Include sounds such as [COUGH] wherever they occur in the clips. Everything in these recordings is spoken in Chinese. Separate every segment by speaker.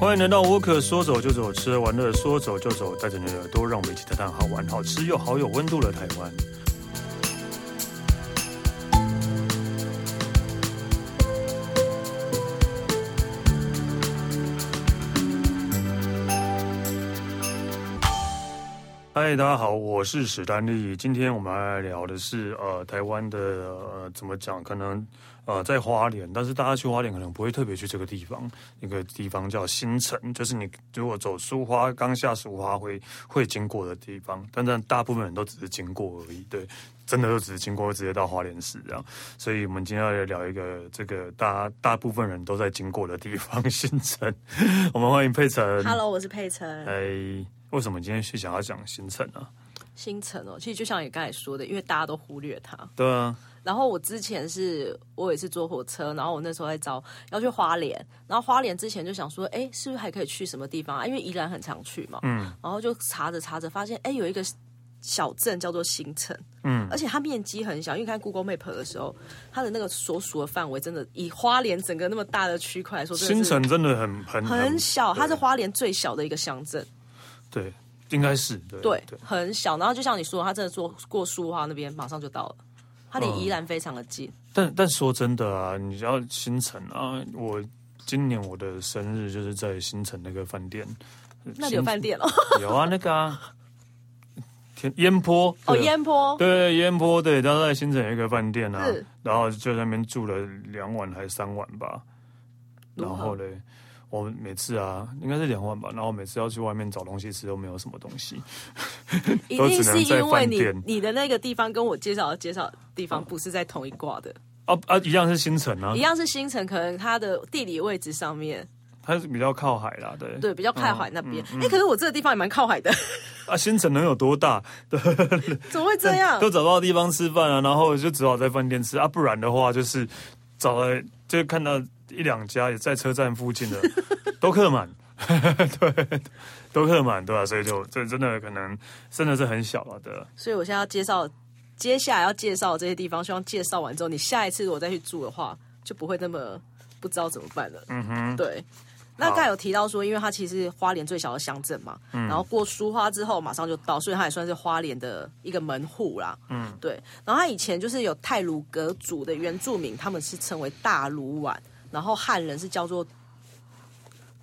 Speaker 1: 欢迎来到沃克，说走就走，吃完了说走就走，带着你的耳朵，让我们一起探探好玩、好吃又好有温度的台湾。嗨，大家好，我是史丹利。今天我们来聊的是呃，台湾的呃，怎么讲？可能呃，在花莲，但是大家去花莲可能不会特别去这个地方，一个地方叫新城，就是你如果走苏花刚下苏花会会经过的地方，但但大部分人都只是经过而已，对，真的都只是经过，直接到花莲市这样。所以我们今天要来聊一个这个大大部分人都在经过的地方—— [LAUGHS] 新城。我们欢迎佩晨。
Speaker 2: Hello，我是佩晨。
Speaker 1: 哎，为什么今天是想要讲行程啊？
Speaker 2: 星辰哦，其实就像你刚才说的，因为大家都忽略它。
Speaker 1: 对啊，
Speaker 2: 然后我之前是我也是坐火车，然后我那时候在找要去花莲，然后花莲之前就想说，哎，是不是还可以去什么地方啊？因为宜兰很常去嘛。嗯。然后就查着查着发现，哎，有一个小镇叫做新城。嗯。而且它面积很小，因为看 Google Map 的时候，它的那个所属的范围真的以花莲整个那么大的区块来说，真的
Speaker 1: 新
Speaker 2: 是
Speaker 1: 城真的很很
Speaker 2: 很小，它是
Speaker 1: 对
Speaker 2: 花莲最小的一个乡镇。
Speaker 1: 对，应该是对
Speaker 2: 对
Speaker 1: 对，
Speaker 2: 很小。然后就像你说，他真的坐过苏花那边，马上就到了。它离
Speaker 1: 嗯
Speaker 2: 宜兰非常的近，
Speaker 1: 但但说真的啊，你要新城啊，我今年我的生日就是在新城那个饭
Speaker 2: [LAUGHS]
Speaker 1: 店，嗯
Speaker 2: 那里有饭店哦，
Speaker 1: 有啊那个啊，天烟坡
Speaker 2: [LAUGHS] 哦，
Speaker 1: 对
Speaker 2: 烟波，
Speaker 1: 对啊烟坡对，然后在新城有一个饭店啊
Speaker 2: 是，
Speaker 1: 然后就在那边住了两晚还是三晚吧，
Speaker 2: 如
Speaker 1: 然
Speaker 2: 何
Speaker 1: 后嘞。我每次啊，应该是两晚吧。然后每次要去外面找东西吃，都没有什么东西。
Speaker 2: 一
Speaker 1: 都
Speaker 2: 定
Speaker 1: 只
Speaker 2: 是
Speaker 1: 能在
Speaker 2: 因为
Speaker 1: 饭
Speaker 2: 你
Speaker 1: 店嗯
Speaker 2: 你的那个地方跟我介绍的介绍的地方不是在同一挂的，
Speaker 1: 啊啊，一样是新城啊
Speaker 2: 一，样是新城，可能它的地理位置上面
Speaker 1: 它是比较靠海啦，对
Speaker 2: 对比较靠海那边。
Speaker 1: 嗯
Speaker 2: 哎、可是我这个地方也蛮靠海的， [LAUGHS]
Speaker 1: 啊，新城能有多大？
Speaker 2: 嗯怎么会这样？
Speaker 1: 都找不到地方吃饭啊，然后就只好在饭店吃啊，不然的话就是找了就看到一两家也在车站附近
Speaker 2: [LAUGHS]
Speaker 1: 的都客满， [LAUGHS] 对，都客满，对吧、啊所以就这真的可能真的是很小啊了的。
Speaker 2: 所以我现在要介绍接下来要介绍的这些地方，希望介绍完之后，你下一次如果再去住的话，就不会那么不知道怎么办了。嗯哼，对。那
Speaker 1: 好
Speaker 2: 刚才有提到说，因为它其实是花莲最小的乡镇嘛，然后过苏花之后马上就到，所以它也算是花莲的一个门户啦。嗯，对。然后它以前就是有泰鲁格族的原住民，他们是称为大鲁宛，然后汉人是叫做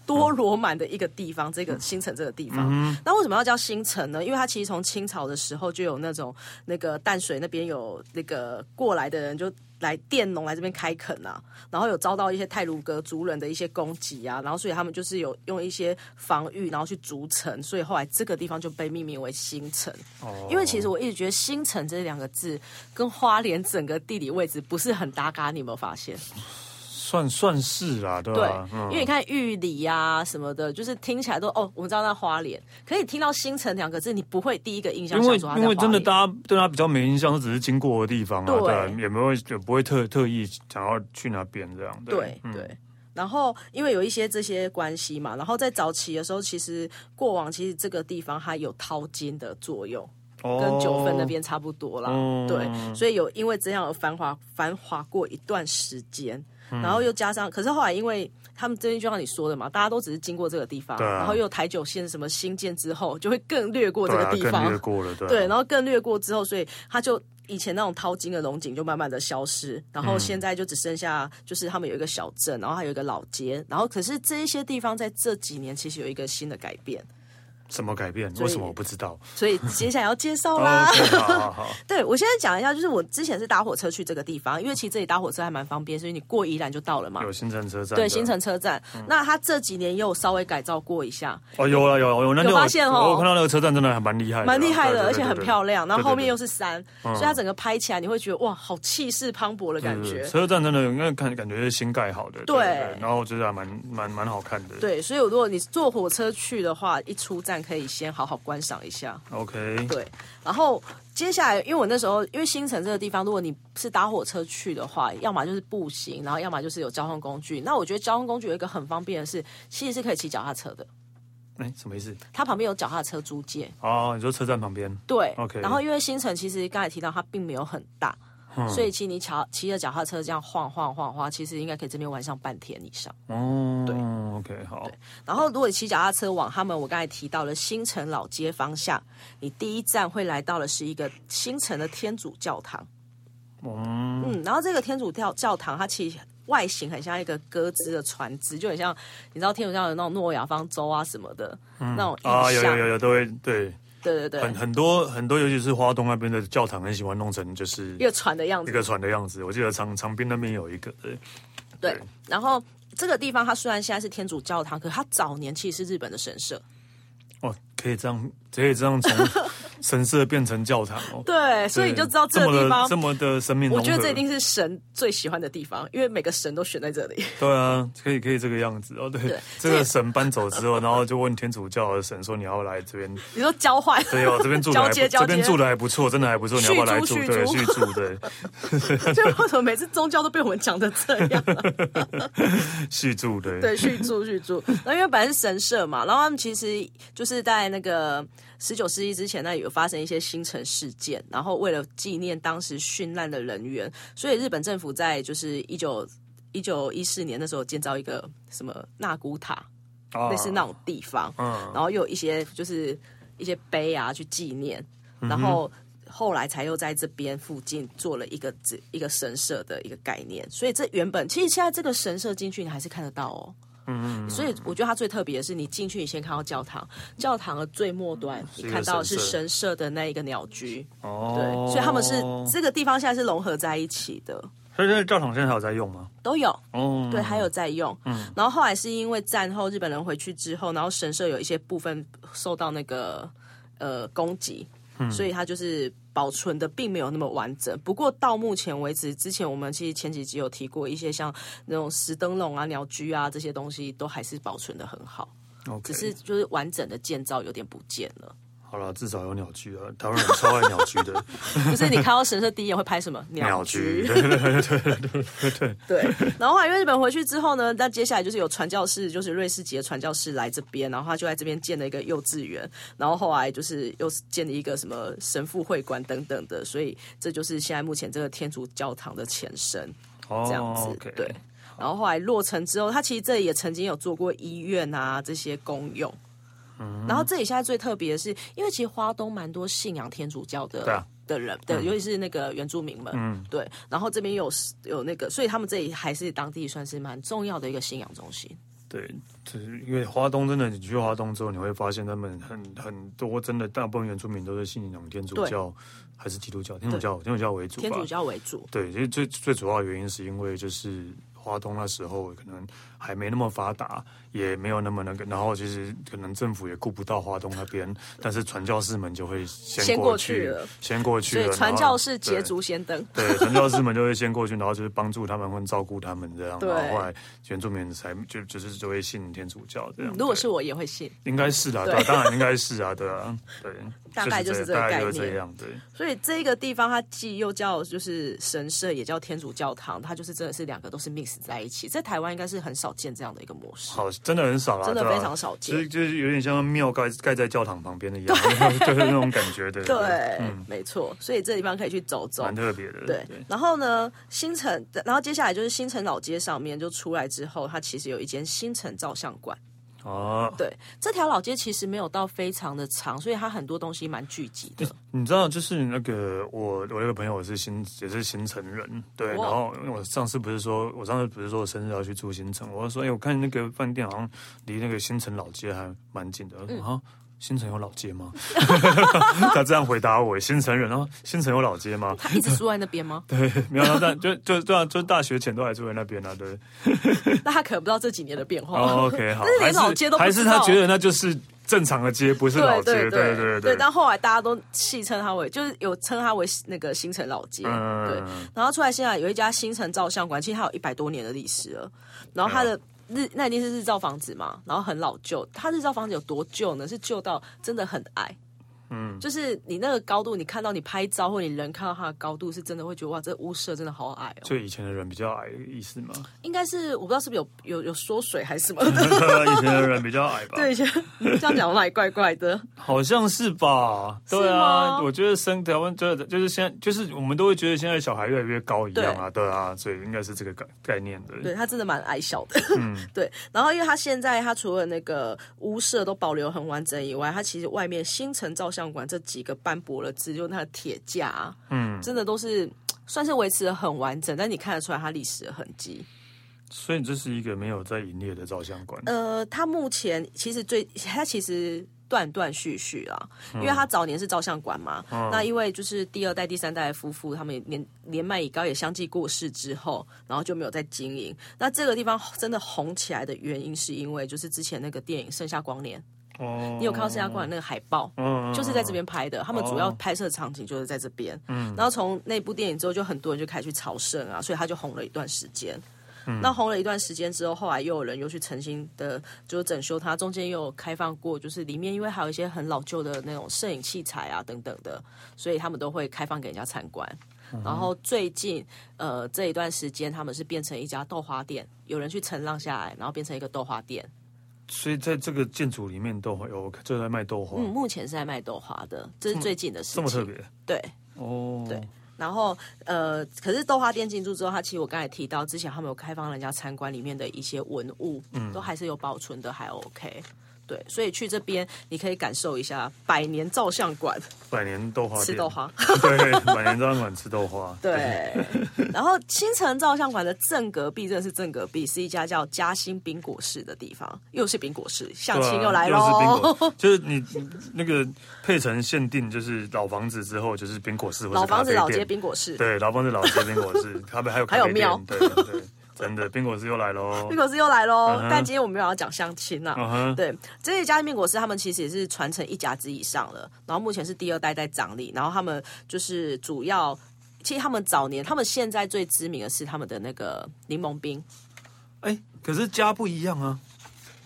Speaker 2: 多罗满的一个地方，这个新城这个地方。那为什么要叫新城呢？因为它其实从清朝的时候就有那种那个淡水那边有那个过来的人就。来佃农来这边开垦啊，然后有遭到一些泰鲁格族人的一些攻击啊，然后所以他们就是有用一些防御，然后去筑城，所以后来这个地方就被命名为新城。
Speaker 1: 哦
Speaker 2: 因为其实我一直觉得“新城”这两个字跟花莲整个地理位置不是很搭嘎，你有没有发现？
Speaker 1: 算算是啦、对啊
Speaker 2: 对
Speaker 1: 吧、，
Speaker 2: 因为你看玉里啊什么的，就是听起来都哦，我们知道那花莲，可以听到新城两个字，你不会第一个印象
Speaker 1: 因为
Speaker 2: 想说它在
Speaker 1: 因为
Speaker 2: 花
Speaker 1: 真的，
Speaker 2: 莲
Speaker 1: 大家对它比较没印象，只是经过的地方啊，
Speaker 2: 对
Speaker 1: 对啊，也没有也不会特特意想要去那边这样。
Speaker 2: 对
Speaker 1: 嗯
Speaker 2: 对。然后，因为有一些这些关系嘛，然后在早期的时候，其实过往其实这个地方它有淘金的作用，跟九份那边差不多啦。
Speaker 1: 哦
Speaker 2: 对，所以有因为这样而繁华繁华过一段时间，
Speaker 1: 嗯
Speaker 2: 然后又加上，可是后来因为他们这边就像你说的嘛，大家都只是经过这个地方，
Speaker 1: 对啊
Speaker 2: 然后又有台九线什么新建之后，就会更略过这
Speaker 1: 对
Speaker 2: 个
Speaker 1: 啊，
Speaker 2: 地
Speaker 1: 更
Speaker 2: 方，
Speaker 1: 略过了，对啊
Speaker 2: 对，然后更略过之后，所以他就以前那种淘金的龙井就慢慢的消失，然
Speaker 1: 嗯
Speaker 2: 后现在就只剩下就是他们有一个小镇，然后还有一个老街，然后可是这一些地方在这几年其实有一个新的改变，
Speaker 1: 什么改变？
Speaker 2: 所以
Speaker 1: 为什么我不知道？
Speaker 2: 所以接下来要介绍啦。
Speaker 1: OK，好好
Speaker 2: [LAUGHS]
Speaker 1: 好，
Speaker 2: 对，我现在讲一下，就是我之前是搭火车去这个地方，因为其实这里搭火车还蛮方便，所以你过宜兰就到了嘛。
Speaker 1: 有新城车站的，嗯
Speaker 2: 对，新城车站。那它这几年也有稍微改造过一下，
Speaker 1: 哦，有了有了，我那天
Speaker 2: 有发现哦
Speaker 1: 我我看到那个车站真的还蛮厉害的啊，
Speaker 2: 蛮厉害的，
Speaker 1: 对
Speaker 2: 而且很漂。亮。然后后面
Speaker 1: 对嗯
Speaker 2: 又是山，所以它整个拍起来你会觉得哇，好气势磅礴的
Speaker 1: 对
Speaker 2: 感
Speaker 1: 对对对对对
Speaker 2: 觉
Speaker 1: 对。车站真的，因为看感觉是新盖好的，
Speaker 2: 对
Speaker 1: 然后就是还蛮蛮蛮好看的。
Speaker 2: 对，所以如果你坐火车去的话，一出站可以先好好观赏一下。
Speaker 1: ，OK，
Speaker 2: 对，然后接下来，因为我那时候因为新城这个地方，如果你是搭火车去的话，要么就是步行，然后要么就是有交通工具。那我觉得交通工具有一个很方便的是，其实是可以骑脚踏车的，
Speaker 1: 哎，什么意思？
Speaker 2: 它旁边有脚踏车租借。
Speaker 1: 哦，你说车站旁边
Speaker 2: 对
Speaker 1: OK
Speaker 2: 然后因为新城其实刚才提到它并没有很大，所以其实你骑骑着脚踏车这样晃晃晃晃，其实应该可以这边玩上半天以上。
Speaker 1: 哦，对，OK，好，
Speaker 2: 然后如果骑脚踏车往他们我刚才提到了新城老街方向，你第一站会来到的是一个新城的天主教堂。
Speaker 1: 嗯，
Speaker 2: 嗯，然后这个天主教教堂它其实外形很像一个鸽子的船只，就很像你知道天主教有那种诺亚方舟啊什么的、那种
Speaker 1: 啊，
Speaker 2: 意
Speaker 1: 有
Speaker 2: 象。
Speaker 1: 有有有，都会对，
Speaker 2: 对对对，
Speaker 1: 很很多很多，尤其是花东那边的教堂，很喜欢弄成就是
Speaker 2: 一个船的样
Speaker 1: 一
Speaker 2: 子。
Speaker 1: 个船的样子。我记得长长滨那边有一个，对，
Speaker 2: 对，然后这个地方它虽然现在是天主教堂，可它早年其实是日本的神社。
Speaker 1: 哦，可以这样，可以这
Speaker 2: [LAUGHS]
Speaker 1: 样从神社变成教堂哦。
Speaker 2: 对，所以你就知道这个地方
Speaker 1: 这。么的这么的神明融
Speaker 2: 我
Speaker 1: 合，
Speaker 2: 觉得这一定是神最喜欢的地方，因为每个神都选在这里。 [LAUGHS]
Speaker 1: 对啊，可以可以这个样子哦。对，
Speaker 2: 对
Speaker 1: 这
Speaker 2: 这
Speaker 1: 个
Speaker 2: 也
Speaker 1: 神搬走之后，然后就问天主教的神说：“你要来这边？
Speaker 2: 你说交换，
Speaker 1: 对哦，这边住的
Speaker 2: 交
Speaker 1: 还
Speaker 2: 接
Speaker 1: 不
Speaker 2: 交
Speaker 1: 这
Speaker 2: 接，
Speaker 1: 边住的还不错，真的还不错，你要不要来住？
Speaker 2: 续租
Speaker 1: 对，
Speaker 2: 续
Speaker 1: 续住
Speaker 2: [LAUGHS]
Speaker 1: 对，
Speaker 2: 就为什么每次宗教都被我们讲成这样？
Speaker 1: 续住对。
Speaker 2: 对，续住续住。那因为本来是神社嘛，然后他们其实就是在那个十九世纪之前，那有发生一些新城事件，然后为了纪念当时殉难的人员，所以日本政府在就是一九一九一四年那时候建造一个什么纳古塔，
Speaker 1: 啊
Speaker 2: 类似那种地方，
Speaker 1: 嗯
Speaker 2: 然后又有一些就是一些碑啊去纪念，
Speaker 1: 嗯
Speaker 2: 然后后来才又在这边附近做了一个这一个神社的一个概念，所以这原本其实现在这个神社进去你还是看得到哦。嗯，所以我觉得它最特别的是，你进去你先看到教堂，教堂的最末端你
Speaker 1: 一个
Speaker 2: 看到的是
Speaker 1: 神社
Speaker 2: 神社的那一个鸟居，对，
Speaker 1: 哦，
Speaker 2: 所以他们是这个地方现在是融合在一起的，
Speaker 1: 所以这个教堂现在还有在用吗？
Speaker 2: 都有。
Speaker 1: 哦，
Speaker 2: 对，还有在用。
Speaker 1: 嗯
Speaker 2: 然后后来是因为战后日本人回去之后，然后神社有一些部分受到那个呃攻击，
Speaker 1: 嗯
Speaker 2: 所以它就是保存的并没有那么完整。不过到目前为止，之前我们其实前几集有提过一些像那种石灯笼啊、鸟居啊这些东西，都还是保存的很好，
Speaker 1: o k
Speaker 2: 只是就是完整的建造有点不见了。
Speaker 1: 好了，至少有鸟居啊，台湾人超爱鸟居
Speaker 2: [LAUGHS]
Speaker 1: 的
Speaker 2: 就是你看到神社第一眼会拍什么？
Speaker 1: [LAUGHS] 鸟
Speaker 2: 居
Speaker 1: 居，。
Speaker 2: [LAUGHS]
Speaker 1: 对对对
Speaker 2: 对，然后后来因为日本回去之后呢，那接下来就是有传教士，就是瑞士籍的传教士来这边，然后他就在这边建了一个幼稚园，然后后来就是又建了一个什么神父会馆等等的，所以这就是现在目前这个天主教堂的前身
Speaker 1: 哦
Speaker 2: 这样子。
Speaker 1: ，OK
Speaker 2: 对，然后后来落成之后，他其实这里也曾经有做过医院啊这些公用。
Speaker 1: 嗯
Speaker 2: 然后这里现在最特别的是，因为其实花东蛮多信仰天主教的
Speaker 1: 对啊嗯
Speaker 2: 的人，对，尤其是那个原住民们，对。然后这边有有那个，所以他们这里还是当地算是蛮重要的一个信仰中心。
Speaker 1: 对，就是因为花东真的，你去花东之后，你会发现他们很很多真的大部分原住民都是信仰天主教还是基督教，天主教天主教为主吧。
Speaker 2: 天主教为主，
Speaker 1: 对，其实最最主要的原因是因为就是花东那时候可能还没那么发达，也没有那么那个，然后其实可能政府也顾不到花东那边，但是传教士们就会
Speaker 2: 先
Speaker 1: 先
Speaker 2: 过
Speaker 1: 过
Speaker 2: 去
Speaker 1: 去
Speaker 2: 了，
Speaker 1: 先过去
Speaker 2: 所
Speaker 1: 了，
Speaker 2: 以传
Speaker 1: 然后
Speaker 2: 教士捷
Speaker 1: 对
Speaker 2: 足先登。
Speaker 1: 对，传教士们就会先过去，然后就是帮助他们，或照顾他们这样。
Speaker 2: 对
Speaker 1: 然后后来原住民才就就是就会信天主教这样。
Speaker 2: 嗯如果
Speaker 1: 对
Speaker 2: 是我也会信，
Speaker 1: 应该是啦，
Speaker 2: 对
Speaker 1: 对啊，当然应该是啊，对啊，对，
Speaker 2: [LAUGHS] 大概就是这
Speaker 1: 这
Speaker 2: 个
Speaker 1: 大概
Speaker 2: 概
Speaker 1: 就是
Speaker 2: 念
Speaker 1: 这样，对，
Speaker 2: 所以这个地方它既又叫就是神社，也叫天主教堂，它就是真的是两个都是 mix 在一起，在台湾应该是很少见这样的一个模式。
Speaker 1: 好，真的很少啦，
Speaker 2: 真的
Speaker 1: 对啊
Speaker 2: 非常少
Speaker 1: 其
Speaker 2: 见
Speaker 1: 实就是有点像庙盖盖在教堂旁边的一样， [LAUGHS] 就是那种感觉的，
Speaker 2: 对，，没错，所以这地方可以去走走
Speaker 1: 嗯蛮。特别的，
Speaker 2: 对，然后呢，新城，然后接下来就是新城老街上面就出来之后，它其实有一间新城照相馆。
Speaker 1: 啊，
Speaker 2: 对，这条老街其实没有到非常的长，所以它很多东西蛮聚集的。
Speaker 1: 你知道，就是那个我我有个朋友是新也是新城人，对，然
Speaker 2: 哇
Speaker 1: 后我上次不是说，我上次不是说我生日要去住新城，我就说，哎、我看那个饭店好像离那个新城老街还蛮近的，
Speaker 2: 嗯
Speaker 1: 然后。新城有老街吗？ [LAUGHS] 他这样回答我，新城人，然后新城有老街吗？ [LAUGHS]
Speaker 2: 他一直住在那边吗？
Speaker 1: 对，没有，他但就就对啊，就大学前都还住在那边啊，对。
Speaker 2: 那他可能不知道这几年的变化。
Speaker 1: 哦、o k 好，
Speaker 2: 但是连
Speaker 1: 还
Speaker 2: 老街都不
Speaker 1: 还
Speaker 2: 知
Speaker 1: 是他
Speaker 2: 道
Speaker 1: 觉得那就是正常的街，不是老街，
Speaker 2: 对
Speaker 1: 对
Speaker 2: 对
Speaker 1: 对。
Speaker 2: 但后来大家都戏称它为，就是有称它为那个新城老街。
Speaker 1: 嗯
Speaker 2: 对，然后出来现在有一家新城照相馆，其实它有一百多年的历史了。然后它的日那一定是日照房子嘛，然后很老旧。它日照房子有多旧呢？是旧到真的很矮，嗯，就是你那个高度，你看到你拍照或你人看到它的高度，是真的会觉得哇，这屋舍真的好矮哦。
Speaker 1: 所以以前的人比较矮的意思吗？
Speaker 2: 应该是我不知道是不是有有有缩水还 [LAUGHS] 是什么的。
Speaker 1: [LAUGHS] 以前的人比较矮吧？
Speaker 2: 对，以前这样讲我哪里怪怪的？
Speaker 1: 好像是吧？对
Speaker 2: 是吗
Speaker 1: 啊，我觉得生台湾真的就是现在，就是我们都会觉得现在小孩越来越高一样啊，对啊，所以应该是这个概概念的。
Speaker 2: 对，它真的蛮矮小的。 [LAUGHS] 对，然后因为它现在它除了那个屋舍都保留很完整以外，它其实外面新城照相馆这几个斑驳了字，就是它的铁架啊，
Speaker 1: 嗯，
Speaker 2: 真的都是算是维持的很完整，但你看得出来它历史的痕迹。
Speaker 1: 所以这是一个没有在营业的照相馆。
Speaker 2: 呃，它目前其实最它其实。断断续续啊，因为它早年是照相馆嘛，那因为就是第二代、第三代的夫妇，他们也年年迈已高，也相继过世之后，然后就没有再经营。那这个地方真的红起来的原因，是因为就是之前那个电影《盛夏光年》，
Speaker 1: 哦，
Speaker 2: 你有看到《盛夏光年》那个海报，
Speaker 1: 嗯，嗯哦
Speaker 2: 就是在这边拍的，他们主要拍摄场景就是在这边。
Speaker 1: 嗯
Speaker 2: 然后从那部电影之后，就很多人就开始去朝圣啊，所以他就红了一段时间。
Speaker 1: 嗯
Speaker 2: 那红了一段时间之后，后来又有人又去诚心的，就是整修它，中间又有开放过，就是里面因为还有一些很老旧的那种摄影器材啊等等的，所以他们都会开放给人家参观。
Speaker 1: 嗯
Speaker 2: 然后最近呃这一段时间，他们是变成一家豆花店，有人去乘浪下来，然后变成一个豆花店。
Speaker 1: 所以在这个建筑里面豆花有就在卖豆花，
Speaker 2: 嗯，目前是在卖豆花的，这是最近的事
Speaker 1: 哦这么特
Speaker 2: 情。
Speaker 1: 别
Speaker 2: 对。
Speaker 1: 哦。
Speaker 2: 对然后呃，可是豆花店进驻之后，它其实我刚才提到，之前他们有开放人家参观里面的一些文物，
Speaker 1: 嗯
Speaker 2: 都还是有保存的，还 OK。对，所以去这边你可以感受一下百年照相馆
Speaker 1: 百年豆花店
Speaker 2: 吃豆，花。
Speaker 1: [LAUGHS] 对，百年照相馆吃豆花，[LAUGHS]
Speaker 2: [LAUGHS] 对，然后新城照相馆的正隔壁，真的是正隔壁，是一家叫嘉兴冰果室的地方，又是冰果室，相
Speaker 1: 对啊
Speaker 2: 亲又来
Speaker 1: 是冰
Speaker 2: 喽。
Speaker 1: 果，就是你你那个配城限定，就是老房子之后就是冰果室或者
Speaker 2: 老房子
Speaker 1: 咖
Speaker 2: 老
Speaker 1: 啡
Speaker 2: 街
Speaker 1: 店，
Speaker 2: 冰果室，
Speaker 1: 对，老房子老街冰果室，咖啡还有咖啡
Speaker 2: 还有庙
Speaker 1: 店，对对，真的冰果室又来喽
Speaker 2: 冰。果室又来喽。
Speaker 1: 嗯哼
Speaker 2: 但今天我们没有要讲相亲啊，
Speaker 1: 嗯 [LAUGHS] 哼，
Speaker 2: 对，这一家面果师他们其实也是传承一甲子以上了，然后目前是第二代在掌理，然后他们就是主要，其实他们早年，他们现在最知名的是他们的那个柠檬冰，
Speaker 1: 哎，可是家不一样啊。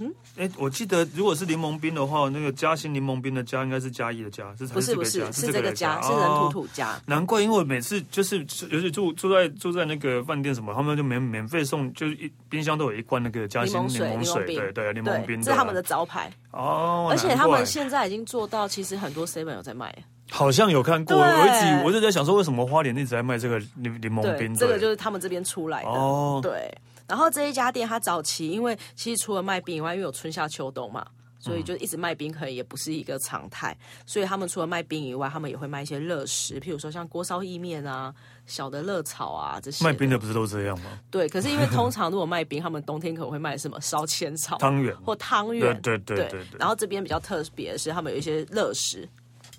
Speaker 1: 嗯，哎，我记得如果是柠檬冰的话，那个嘉兴柠檬冰的嘉应该是嘉义的嘉，是
Speaker 2: 不是不
Speaker 1: 这
Speaker 2: 是
Speaker 1: 个
Speaker 2: 是这个家，
Speaker 1: 嘉
Speaker 2: 是人土
Speaker 1: 哦
Speaker 2: 土家，
Speaker 1: 难怪，因为我每次就是尤其住住在住在那个饭店什么，他们就免免费送，就是一冰箱都有一罐那个嘉兴
Speaker 2: 柠檬
Speaker 1: 柠檬
Speaker 2: 水柠檬
Speaker 1: 水，
Speaker 2: 冰
Speaker 1: 对对，柠檬
Speaker 2: 对，
Speaker 1: 冰，
Speaker 2: 这是他们
Speaker 1: 对
Speaker 2: 的招牌，
Speaker 1: 哦，
Speaker 2: 而且
Speaker 1: 难
Speaker 2: 他
Speaker 1: 怪
Speaker 2: 们现在已经做到，其实很多 seven 有在卖，
Speaker 1: 好像有看过，
Speaker 2: 对
Speaker 1: 我一直我就在想说，为什么花莲一直在卖这个柠柠檬
Speaker 2: 对
Speaker 1: 冰？，
Speaker 2: 这个
Speaker 1: 对
Speaker 2: 就是他们这边出来的，
Speaker 1: 哦，
Speaker 2: 对，然后这一家店它早期因为其实除了卖冰以外，因为有春夏秋冬嘛，所
Speaker 1: 嗯
Speaker 2: 以就一直卖冰可能也不是一个常态，所以他们除了卖冰以外，他们也会卖一些热食，譬如说像锅烧意面啊、小的热炒啊这些。
Speaker 1: 卖冰的不是都这样吗？
Speaker 2: 对，可是因为通常如果卖冰，他们冬天可能会卖什么烧千草
Speaker 1: 汤圆，
Speaker 2: 或汤
Speaker 1: 对
Speaker 2: 圆，
Speaker 1: 对对对对，
Speaker 2: 然后这边比较特别的是，他们有一些热食，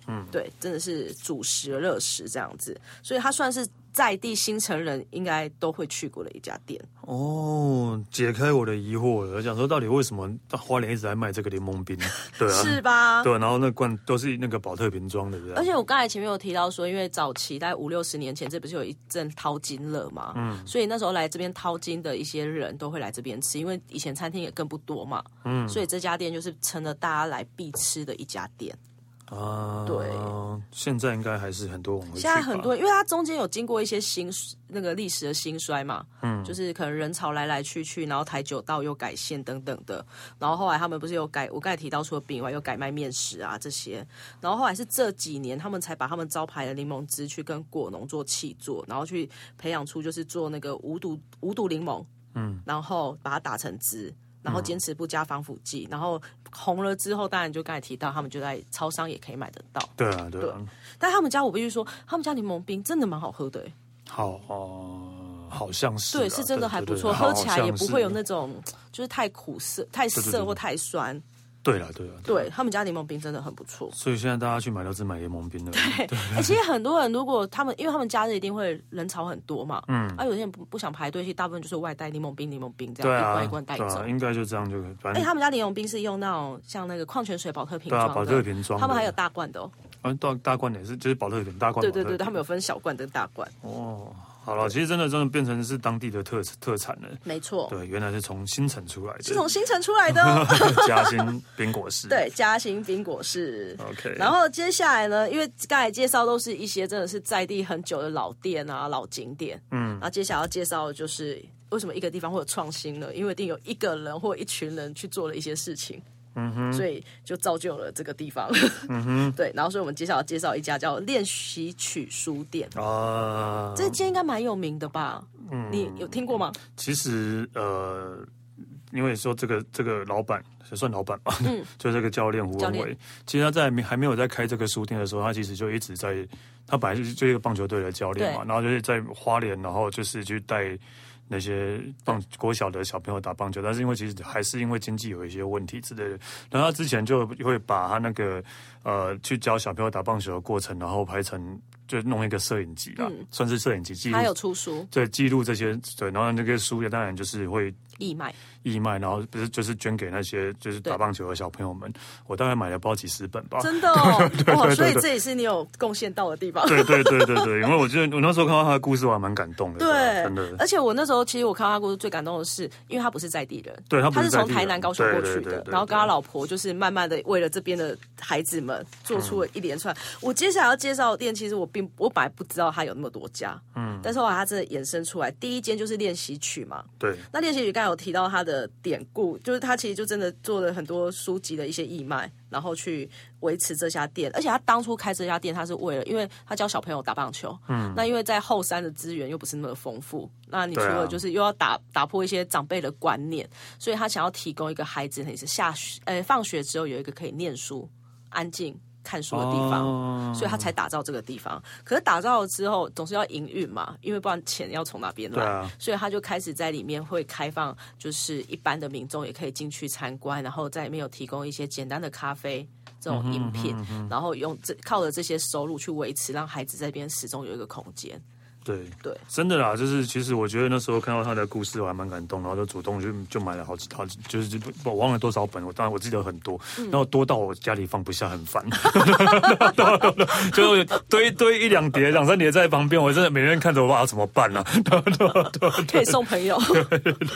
Speaker 2: 嗯，对，真的是主食热食这样子，所以它算是在地新城人应该都会去过的一家店。
Speaker 1: 哦，解开我的疑惑了，我想说到底为什么花莲一直在卖这个柠檬
Speaker 2: [LAUGHS]
Speaker 1: 冰？对啊，
Speaker 2: 是吧？
Speaker 1: 对，然后那罐都是那个保特瓶装的，对吧
Speaker 2: 而且我刚才前面有提到说，因为早期在五六十年前，这不是有一阵淘金热嘛，嗯，所以那时候来这边淘金的一些人都会来这边吃，因为以前餐厅也更不多嘛，嗯，所以这家店就是成了大家来必吃的一家店。
Speaker 1: 啊，
Speaker 2: 对，
Speaker 1: 现在应该还是很多网红。
Speaker 2: 现在很多，因为它中间有经过一些兴那个历史的兴衰嘛，嗯，就是可能人潮来来去去，然后台九道又改线等等的，然后后来他们不是有改，我刚才提到除了饼以外，又改卖面食啊这些，然后后来是这几年他们才把他们招牌的柠檬汁去跟果农做契作，然后去培养出就是做那个无毒无毒柠檬，嗯，然后把它打成汁。然后坚持不加防腐剂，然后红了之后，当然就刚才提到，他们就在超商也可以买得到。
Speaker 1: 对啊，对啊，
Speaker 2: 但他们家我必须说，他们家柠檬冰真的蛮好喝的、欸，
Speaker 1: 好哦，好像是啊，
Speaker 2: 对，是真的还不错，
Speaker 1: 对对
Speaker 2: 喝起来也不会有
Speaker 1: 好像是
Speaker 2: 那种就是太苦涩、太
Speaker 1: 对对
Speaker 2: 涩
Speaker 1: 对
Speaker 2: 或太酸。
Speaker 1: 对了，对了，对
Speaker 2: 对他们家柠檬冰真的很不错。
Speaker 1: 所以现在大家去买都是买柠檬冰的，
Speaker 2: 哎、其实很多人如果他们，因为他们假日一定会人潮很多嘛，嗯，啊，有些人不不想排队，去大部分就是外带柠檬冰、柠檬冰这样、
Speaker 1: 对
Speaker 2: 一
Speaker 1: 啊
Speaker 2: 罐一，罐带
Speaker 1: 对
Speaker 2: 走
Speaker 1: 啊，。应该就这样就可以，反
Speaker 2: 哎、
Speaker 1: 正
Speaker 2: 他们家柠檬冰是用那种像那个矿泉水保特
Speaker 1: 对
Speaker 2: 瓶装
Speaker 1: 啊，
Speaker 2: 的，
Speaker 1: 保特瓶装的，
Speaker 2: 他们还有大罐的哦。
Speaker 1: 反正大大罐也是，就是保特瓶大罐，
Speaker 2: 对对对，
Speaker 1: 保特
Speaker 2: 他
Speaker 1: 瓶
Speaker 2: 们有分小罐跟大罐。
Speaker 1: 哦，好了，其实真的真的变成是当地的特特产了。
Speaker 2: 没错，
Speaker 1: 对，原来是从新城出来的，
Speaker 2: 是从哦新城出来的哦。
Speaker 1: [LAUGHS] 嘉兴冰果室。
Speaker 2: 对，嘉兴冰果室。
Speaker 1: ，OK。
Speaker 2: 然后接下来呢，因为刚才介绍都是一些真的是在地很久的老店啊、老景点，嗯，然后接下来要介绍的就是为什么一个地方会有创新呢？因为一定有一个人或一群人去做了一些事情。嗯哼，所以就造就了这个地方。嗯哼， [LAUGHS] 对，然后所以我们接下来要介绍一家叫练习曲书店，
Speaker 1: 啊，
Speaker 2: 这间应该蛮有名的吧？嗯，你有听过吗？
Speaker 1: 其实呃，因为说这个这个老板也算老板吧， [LAUGHS] 就这个教练胡
Speaker 2: 嗯教
Speaker 1: 文
Speaker 2: 练
Speaker 1: 伟，其实他在没还没有在开这个书店的时候，他其实就一直在，他本来就是就一个棒球队的教练嘛，然后就是在花莲，然后就是去带。那些棒国小的小朋友打棒球，但是因为其实还是因为经济有一些问题之类的，然后他之前就会把他那个呃去教小朋友打棒球的过程，然后拍成就弄一个摄影机啦，算是摄影机记录
Speaker 2: 嗯他有出书
Speaker 1: 对，记录这些，对，然后那个书也当然就是会
Speaker 2: 义卖，
Speaker 1: 义卖，然后不是就是捐给那些就是打
Speaker 2: 对
Speaker 1: 棒球的小朋友们，我大概买了不知道几十本吧。
Speaker 2: 真的 [LAUGHS] 哦，哇！
Speaker 1: 对
Speaker 2: 所以这也是你有贡献到的地
Speaker 1: [LAUGHS]
Speaker 2: 方。
Speaker 1: 对对对对对，因为我觉得我那时候看到他的故事，我还蛮感动的，
Speaker 2: 对，
Speaker 1: 真的。
Speaker 2: 而且我那时候其实我看到他故事最感动的是，因为他不是在地人，
Speaker 1: 对他不
Speaker 2: 他
Speaker 1: 是
Speaker 2: 是
Speaker 1: 在
Speaker 2: 从
Speaker 1: 地人
Speaker 2: 台南、高雄过去
Speaker 1: 对对对
Speaker 2: 的
Speaker 1: 对，对
Speaker 2: 然后跟他老婆就是慢慢的为了这边的孩子们做出了一连串。我接下来要介绍的店，其实我并我本来不知道他有那么多家，嗯，但是后来他真的衍生出来，第一间就是练习曲嘛，
Speaker 1: 对，
Speaker 2: 那练习曲刚才有提到他的典故，就是他其实就真的做了很多书籍的一些义卖，然后去维持这家店。而且他当初开这家店，他是为了，因为他教小朋友打棒球，嗯，那因为在后山的资源又不是那么丰富，那你除
Speaker 1: 对啊
Speaker 2: 了就是又要打打破一些长辈的观念，所以他想要提供一个孩子也是下学呃放学之后有一个可以念书、安静看书的地方。
Speaker 1: 哦
Speaker 2: 所以他才打造这个地方。可是打造了之后，总是要营运嘛，因为不然钱要从哪边来？
Speaker 1: 对啊
Speaker 2: 所以他就开始在里面会开放，就是一般的民众也可以进去参观，然后在里面有提供一些简单的咖啡。
Speaker 1: 嗯
Speaker 2: 这种饮品，然后用这靠着这些收入去维持，让孩子在这边始终有一个空间。
Speaker 1: 对 [LAUGHS]
Speaker 2: 对，
Speaker 1: 真的啦，就是其实我觉得那时候看到他的故事，我还蛮感动，然后就主动就就买了好几套，就是不我忘了多少本，我当然我记得很多，
Speaker 2: 嗯
Speaker 1: 然后多到我家里放不下，很烦， [LAUGHS] 就堆堆一两叠、两三叠在旁边，我真的每天看着我啊怎么办
Speaker 2: [LAUGHS]
Speaker 1: 呢、
Speaker 2: 可以送朋友，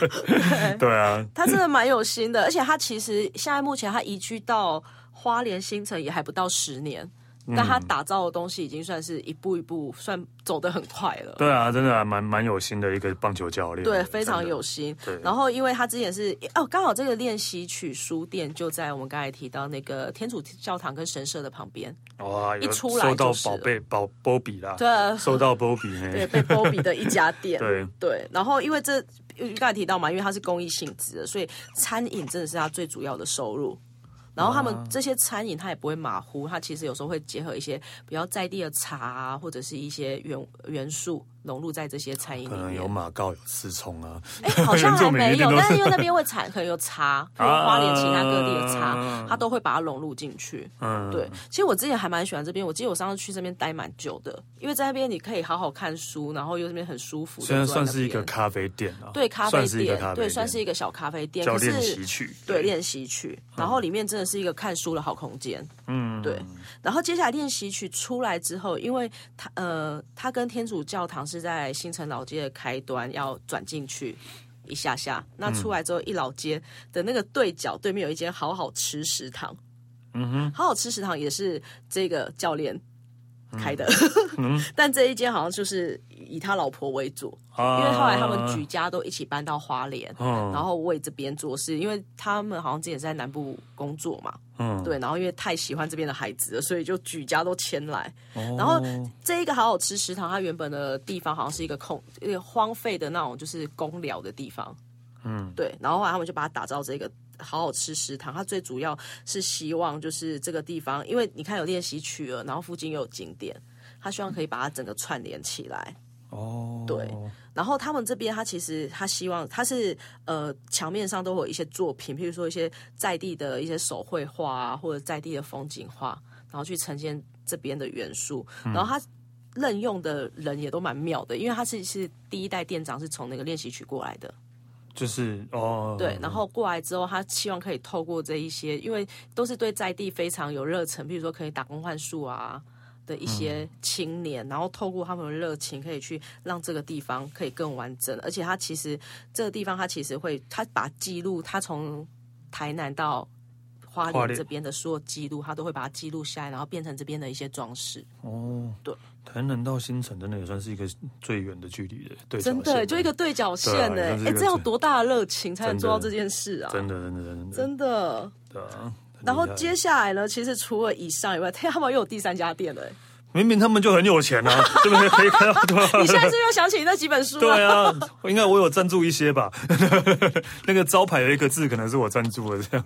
Speaker 2: [LAUGHS]
Speaker 1: 对啊，
Speaker 2: 他真的蛮有心的，而且他其实现在目前他移居到花莲新城也还不到十年，但
Speaker 1: 嗯
Speaker 2: 他打造的东西已经算是一步一步算走得很快了。
Speaker 1: 对啊，真的还蛮蛮有心的一个棒球教练，
Speaker 2: 对，非常
Speaker 1: 真的
Speaker 2: 有心
Speaker 1: 对。
Speaker 2: 然后，因为他之前是哦，刚好这个练习曲书店就在我们刚才提到那个天主教堂跟神社的旁边，
Speaker 1: 哇，有
Speaker 2: 一出来
Speaker 1: 收到
Speaker 2: 就是
Speaker 1: 宝贝宝波比啦，
Speaker 2: 对，啊
Speaker 1: 收到波比
Speaker 2: [LAUGHS] 对，
Speaker 1: 嘿，
Speaker 2: 被波比的一家店。
Speaker 1: 对
Speaker 2: 然后因为这刚才提到嘛，因为它是公益性质的，所以餐饮真的是它最主要的收入。然后他们这些餐饮，它也不会马虎，它其实有时候会结合一些比较在地的茶啊，或者是一些元元素融入在这些餐饮里
Speaker 1: 可能
Speaker 2: 面
Speaker 1: 有。马告有刺葱啊，
Speaker 2: 哎
Speaker 1: [LAUGHS]
Speaker 2: 好像还
Speaker 1: 原
Speaker 2: 没
Speaker 1: 住
Speaker 2: 有，
Speaker 1: 民一定都是
Speaker 2: 但是因为那边会产，可能有茶，可能花莲其他各地的
Speaker 1: 啊
Speaker 2: 茶，它都会把它融入进去。
Speaker 1: 嗯，
Speaker 2: 对，其实我之前还蛮喜欢这边，我记得我上次去这边待蛮久的，因为在那边你可以好好看书，然后又这边很舒服。
Speaker 1: 虽然
Speaker 2: 就坐
Speaker 1: 算
Speaker 2: 在那
Speaker 1: 是一个
Speaker 2: 边
Speaker 1: 咖啡店啊，
Speaker 2: 对咖啡
Speaker 1: 算是一个
Speaker 2: 店
Speaker 1: 咖，啡
Speaker 2: 对，
Speaker 1: 店，
Speaker 2: 算是一个小咖啡店，
Speaker 1: 叫
Speaker 2: 可是
Speaker 1: 练习嗯曲，
Speaker 2: 对，练习曲，然后里面真的是一个看书的好空间。
Speaker 1: 嗯，
Speaker 2: 对，然后接下来练习曲出来之后，因为它呃，它跟天主教堂是在新城老街的开端，要转进去一下下。那出来之后，一老街的那个对角对面有一间好好吃食堂，
Speaker 1: 嗯哼，
Speaker 2: 好好吃食堂也是这个教练开的， [LAUGHS] 但这一间好像就是以他老婆为主，因
Speaker 1: 啊
Speaker 2: 为后来他们举，家都一起搬到花莲。然
Speaker 1: 嗯
Speaker 2: 后为这边做事，因为他们好像之前是在南部工作嘛，
Speaker 1: 嗯，
Speaker 2: 对，然后因为太喜欢这边的孩子了，所以就举家都迁来。
Speaker 1: 哦，
Speaker 2: 然后这一个好好吃食堂，它原本的地方好像是一个空、一个荒废的那种，就是公寮的地方。
Speaker 1: 嗯，
Speaker 2: 对。然后后来他们就把它打造这个好好吃食堂，它最主要是希望就是这个地方，因为你看有练习曲了，然后附近又有景点，他希望可以把它整个串联起来。
Speaker 1: 哦，
Speaker 2: 对然后他们这边，他其实他希望他是呃墙面上都会有一些作品，譬如说一些在地的一些手绘画啊，或者在地的风景画，然后去呈现这边的元素。然后他任用的人也都蛮妙的，因为他是是第一代店长是从那个练习曲过来的，
Speaker 1: 就是哦，
Speaker 2: 对，然后过来之后，他希望可以透过这一些，因为都是对在地非常有热忱，比如说可以打工换宿啊，的一些青
Speaker 1: 嗯
Speaker 2: 年，然后透过他们的热情，可以去让这个地方可以更完整。而且它其实这个地方，它其实会，它把记录，它从台南到花
Speaker 1: 花
Speaker 2: 莲
Speaker 1: 莲
Speaker 2: 这边的所有记录，它都会把它记录下来，然后变成这边的一些装饰。
Speaker 1: 哦，
Speaker 2: 对，
Speaker 1: 台南到新城真的也算是一个最远的距离的，对，啊
Speaker 2: 真的，就一个对角线呢、
Speaker 1: 对啊
Speaker 2: 哎、
Speaker 1: 你看这个
Speaker 2: 这要多大的热情才能
Speaker 1: 真的
Speaker 2: 做到这件事啊！
Speaker 1: 真的真的真的啊
Speaker 2: 真的。
Speaker 1: 真的。
Speaker 2: 然后
Speaker 1: 接。
Speaker 2: 接下来呢，其实除了以上以外，他们又有第三家店了、
Speaker 1: [LAUGHS]
Speaker 2: 哎
Speaker 1: 明明他们就很有钱啊，这边可以看到对吧？
Speaker 2: [LAUGHS] 你现在是不是又想起那几本书了？
Speaker 1: 对啊，应该我有赞助一些吧。 [LAUGHS] 那个招牌有一个字，可能是我赞助的，这样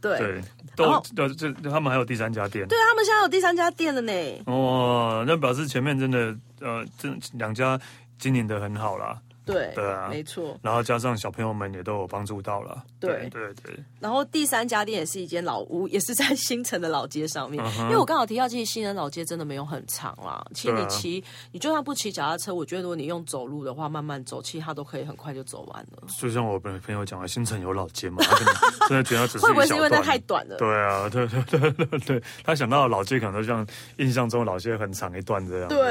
Speaker 2: 对对，
Speaker 1: 对。
Speaker 2: 然
Speaker 1: 都
Speaker 2: 后
Speaker 1: 对，这他们还有第三家店。
Speaker 2: 他们现在有第三家店了呢。
Speaker 1: 哦，那表示前面真的呃，这两家经营的很好啦，
Speaker 2: 对，
Speaker 1: 对啊
Speaker 2: 没错。
Speaker 1: 然后加上小朋友们也都有帮助到啦。
Speaker 2: 对
Speaker 1: 对对，
Speaker 2: 然后第三家店也是一间老屋， [LAUGHS] 也是在新城的老街上面。
Speaker 1: 嗯
Speaker 2: 因为我刚好提到，其实新城老街真的没有很长啦。其实
Speaker 1: 对
Speaker 2: 你
Speaker 1: 啊
Speaker 2: 骑，你就算不骑脚踏车，我觉得如果你用走路的话，慢慢走，其实它都可以很快就走完了。
Speaker 1: 就像我朋朋友讲的，新城有老街嘛，他可能真的觉得只是一小段
Speaker 2: 会不会是因为那太短了？
Speaker 1: 对啊，对对对对对，他想到的老街可能都像印象中的老街很长一段这样。
Speaker 2: 对
Speaker 1: 对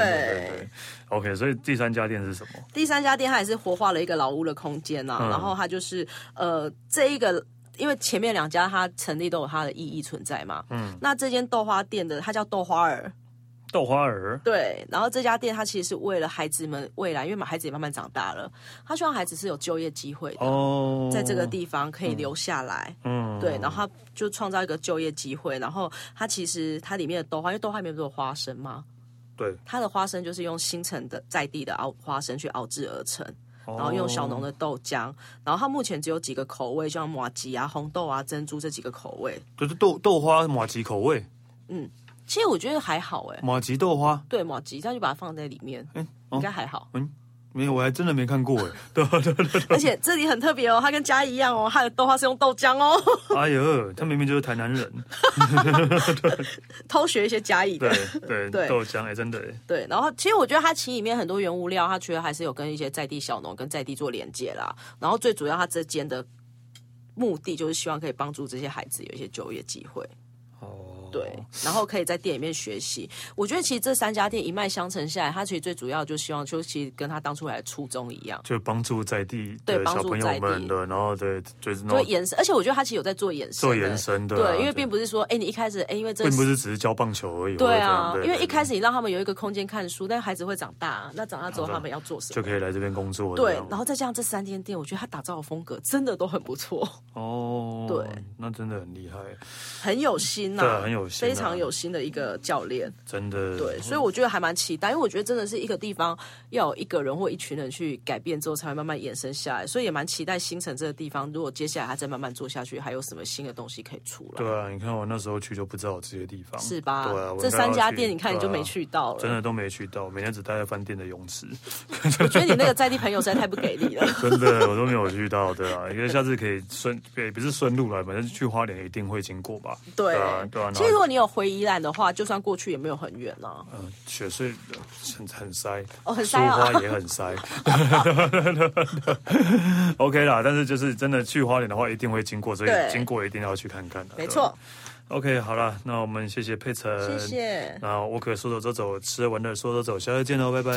Speaker 1: 对。OK，所以第三家店是什么？
Speaker 2: 第三家店它也是活化了一个老屋的空间呐、
Speaker 1: 嗯
Speaker 2: 然后它就是呃这一个。因为前面两家它成立都有它的意义存在嘛，嗯，那这间豆花店的它叫豆花儿，
Speaker 1: 豆花儿。
Speaker 2: 对，然后这家店它其实是为了孩子们未来，因为嘛孩子也慢慢长大了，他希望孩子是有就业机会的，
Speaker 1: 哦，
Speaker 2: 在这个，地方可以留下来，
Speaker 1: 嗯，
Speaker 2: 对，然后他就创造一个就业机会，然后它其实它里面的豆花，因为豆花里面不是有花生吗？
Speaker 1: 对，
Speaker 2: 它的花生就是用新城的在地的熬花生去熬制而成，
Speaker 1: 然
Speaker 2: 然后用小农
Speaker 1: 哦
Speaker 2: 的豆浆，然后它目前只有几个口味，像马吉啊、红豆啊、珍珠这几个口味。
Speaker 1: 就是豆豆花马吉口味，
Speaker 2: 其实我觉得还好哎、
Speaker 1: 马吉豆花，
Speaker 2: 对马吉，它就把它放在里面，
Speaker 1: 嗯
Speaker 2: 应
Speaker 1: 哦
Speaker 2: 该还好。
Speaker 1: 没有，我还真的没看过 [LAUGHS] 哎，对对对，
Speaker 2: 而且这里很特别哦，它跟嘉义一样哦，它的豆花是用豆浆哦，
Speaker 1: 哎呦，他明明就是台南人，
Speaker 2: 偷学一些嘉义的 [LAUGHS]
Speaker 1: 对。对
Speaker 2: 对
Speaker 1: 豆浆哎，真的哎，
Speaker 2: 对，然后其实我觉得它其实里面很多原物料，它觉得还是有跟一些在地小农跟在地做连接啦。然后最主要它这间的目的就是希望可以帮助这些孩子有一些就业机会。
Speaker 1: 哦，
Speaker 2: 对，然后可以在店里面学习。我觉得其实这三家店一脉相承下来，它其实最主要就希望，就其实跟他当初来的初衷一样，
Speaker 1: 就帮助在地
Speaker 2: 对
Speaker 1: 的
Speaker 2: 帮助
Speaker 1: 小朋友
Speaker 2: 在
Speaker 1: 们
Speaker 2: 地
Speaker 1: 的，然后对，就是
Speaker 2: 就
Speaker 1: 那
Speaker 2: 会延伸。而且我觉得他其实有在做延伸，
Speaker 1: 做延，伸的啊，
Speaker 2: 对，因为并不是说，哎，你一开始，哎，因为这
Speaker 1: 并不是只是教棒球而已，
Speaker 2: 对啊
Speaker 1: 或，者这样
Speaker 2: 因为一开
Speaker 1: 始
Speaker 2: 始你让他们有一个空间看书，但孩子会长大，那长大之后
Speaker 1: 长大
Speaker 2: 他们要做什
Speaker 1: 就
Speaker 2: 么？
Speaker 1: 可以来这边工作，
Speaker 2: 对
Speaker 1: 这样，
Speaker 2: 然后再加上这三间店，我觉得他打造的风格真的都很不错，
Speaker 1: 哦，
Speaker 2: 对，
Speaker 1: 那真的很厉害，
Speaker 2: 很有心呐、
Speaker 1: 对很有心啊
Speaker 2: 非常有心的一个教练。
Speaker 1: 真的，
Speaker 2: 对，所以我觉得还蛮期待，因为我觉得真的是一个地方要有一个人或一群人去改变之后，才会慢慢延伸下来。所以也蛮期待新城这个地方，如果接下来它再慢慢做下去，还有什么新的东西可以出来，
Speaker 1: 对啊，你看我那时候去就不知道有这些地方，
Speaker 2: 是吧？
Speaker 1: 对啊，我
Speaker 2: 这
Speaker 1: 应该
Speaker 2: 三
Speaker 1: 要
Speaker 2: 家
Speaker 1: 去
Speaker 2: 店你看你就
Speaker 1: 对啊
Speaker 2: 没去到了，
Speaker 1: 真的都没去到，每天只待在饭店的泳池，
Speaker 2: [LAUGHS] 我觉得你那个在地朋友实在太不给力了。
Speaker 1: [LAUGHS] 真的我都没有去到，对啊，因为下次可以顺，也不是顺路来，反正去花莲一定会经过吧。
Speaker 2: 对
Speaker 1: 啊，对啊，
Speaker 2: 其
Speaker 1: 然
Speaker 2: 实如
Speaker 1: 后
Speaker 2: 果你有回宜兰的话，就算过去也没有很远啊。
Speaker 1: 嗯、雪隧很很塞，
Speaker 2: 哦很
Speaker 1: 苏
Speaker 2: 塞啊
Speaker 1: 花也很塞 [LAUGHS] ，OK 啦。但是就是真的去花莲的话，一定会经过，所以
Speaker 2: 对
Speaker 1: 经过一定要去看看的。对
Speaker 2: 没
Speaker 1: 啊
Speaker 2: 错，
Speaker 1: OK，好了，那我们谢谢佩岑，
Speaker 2: 谢。谢。
Speaker 1: 那我可说走就走，吃完了说走就走，下次见喽，拜拜。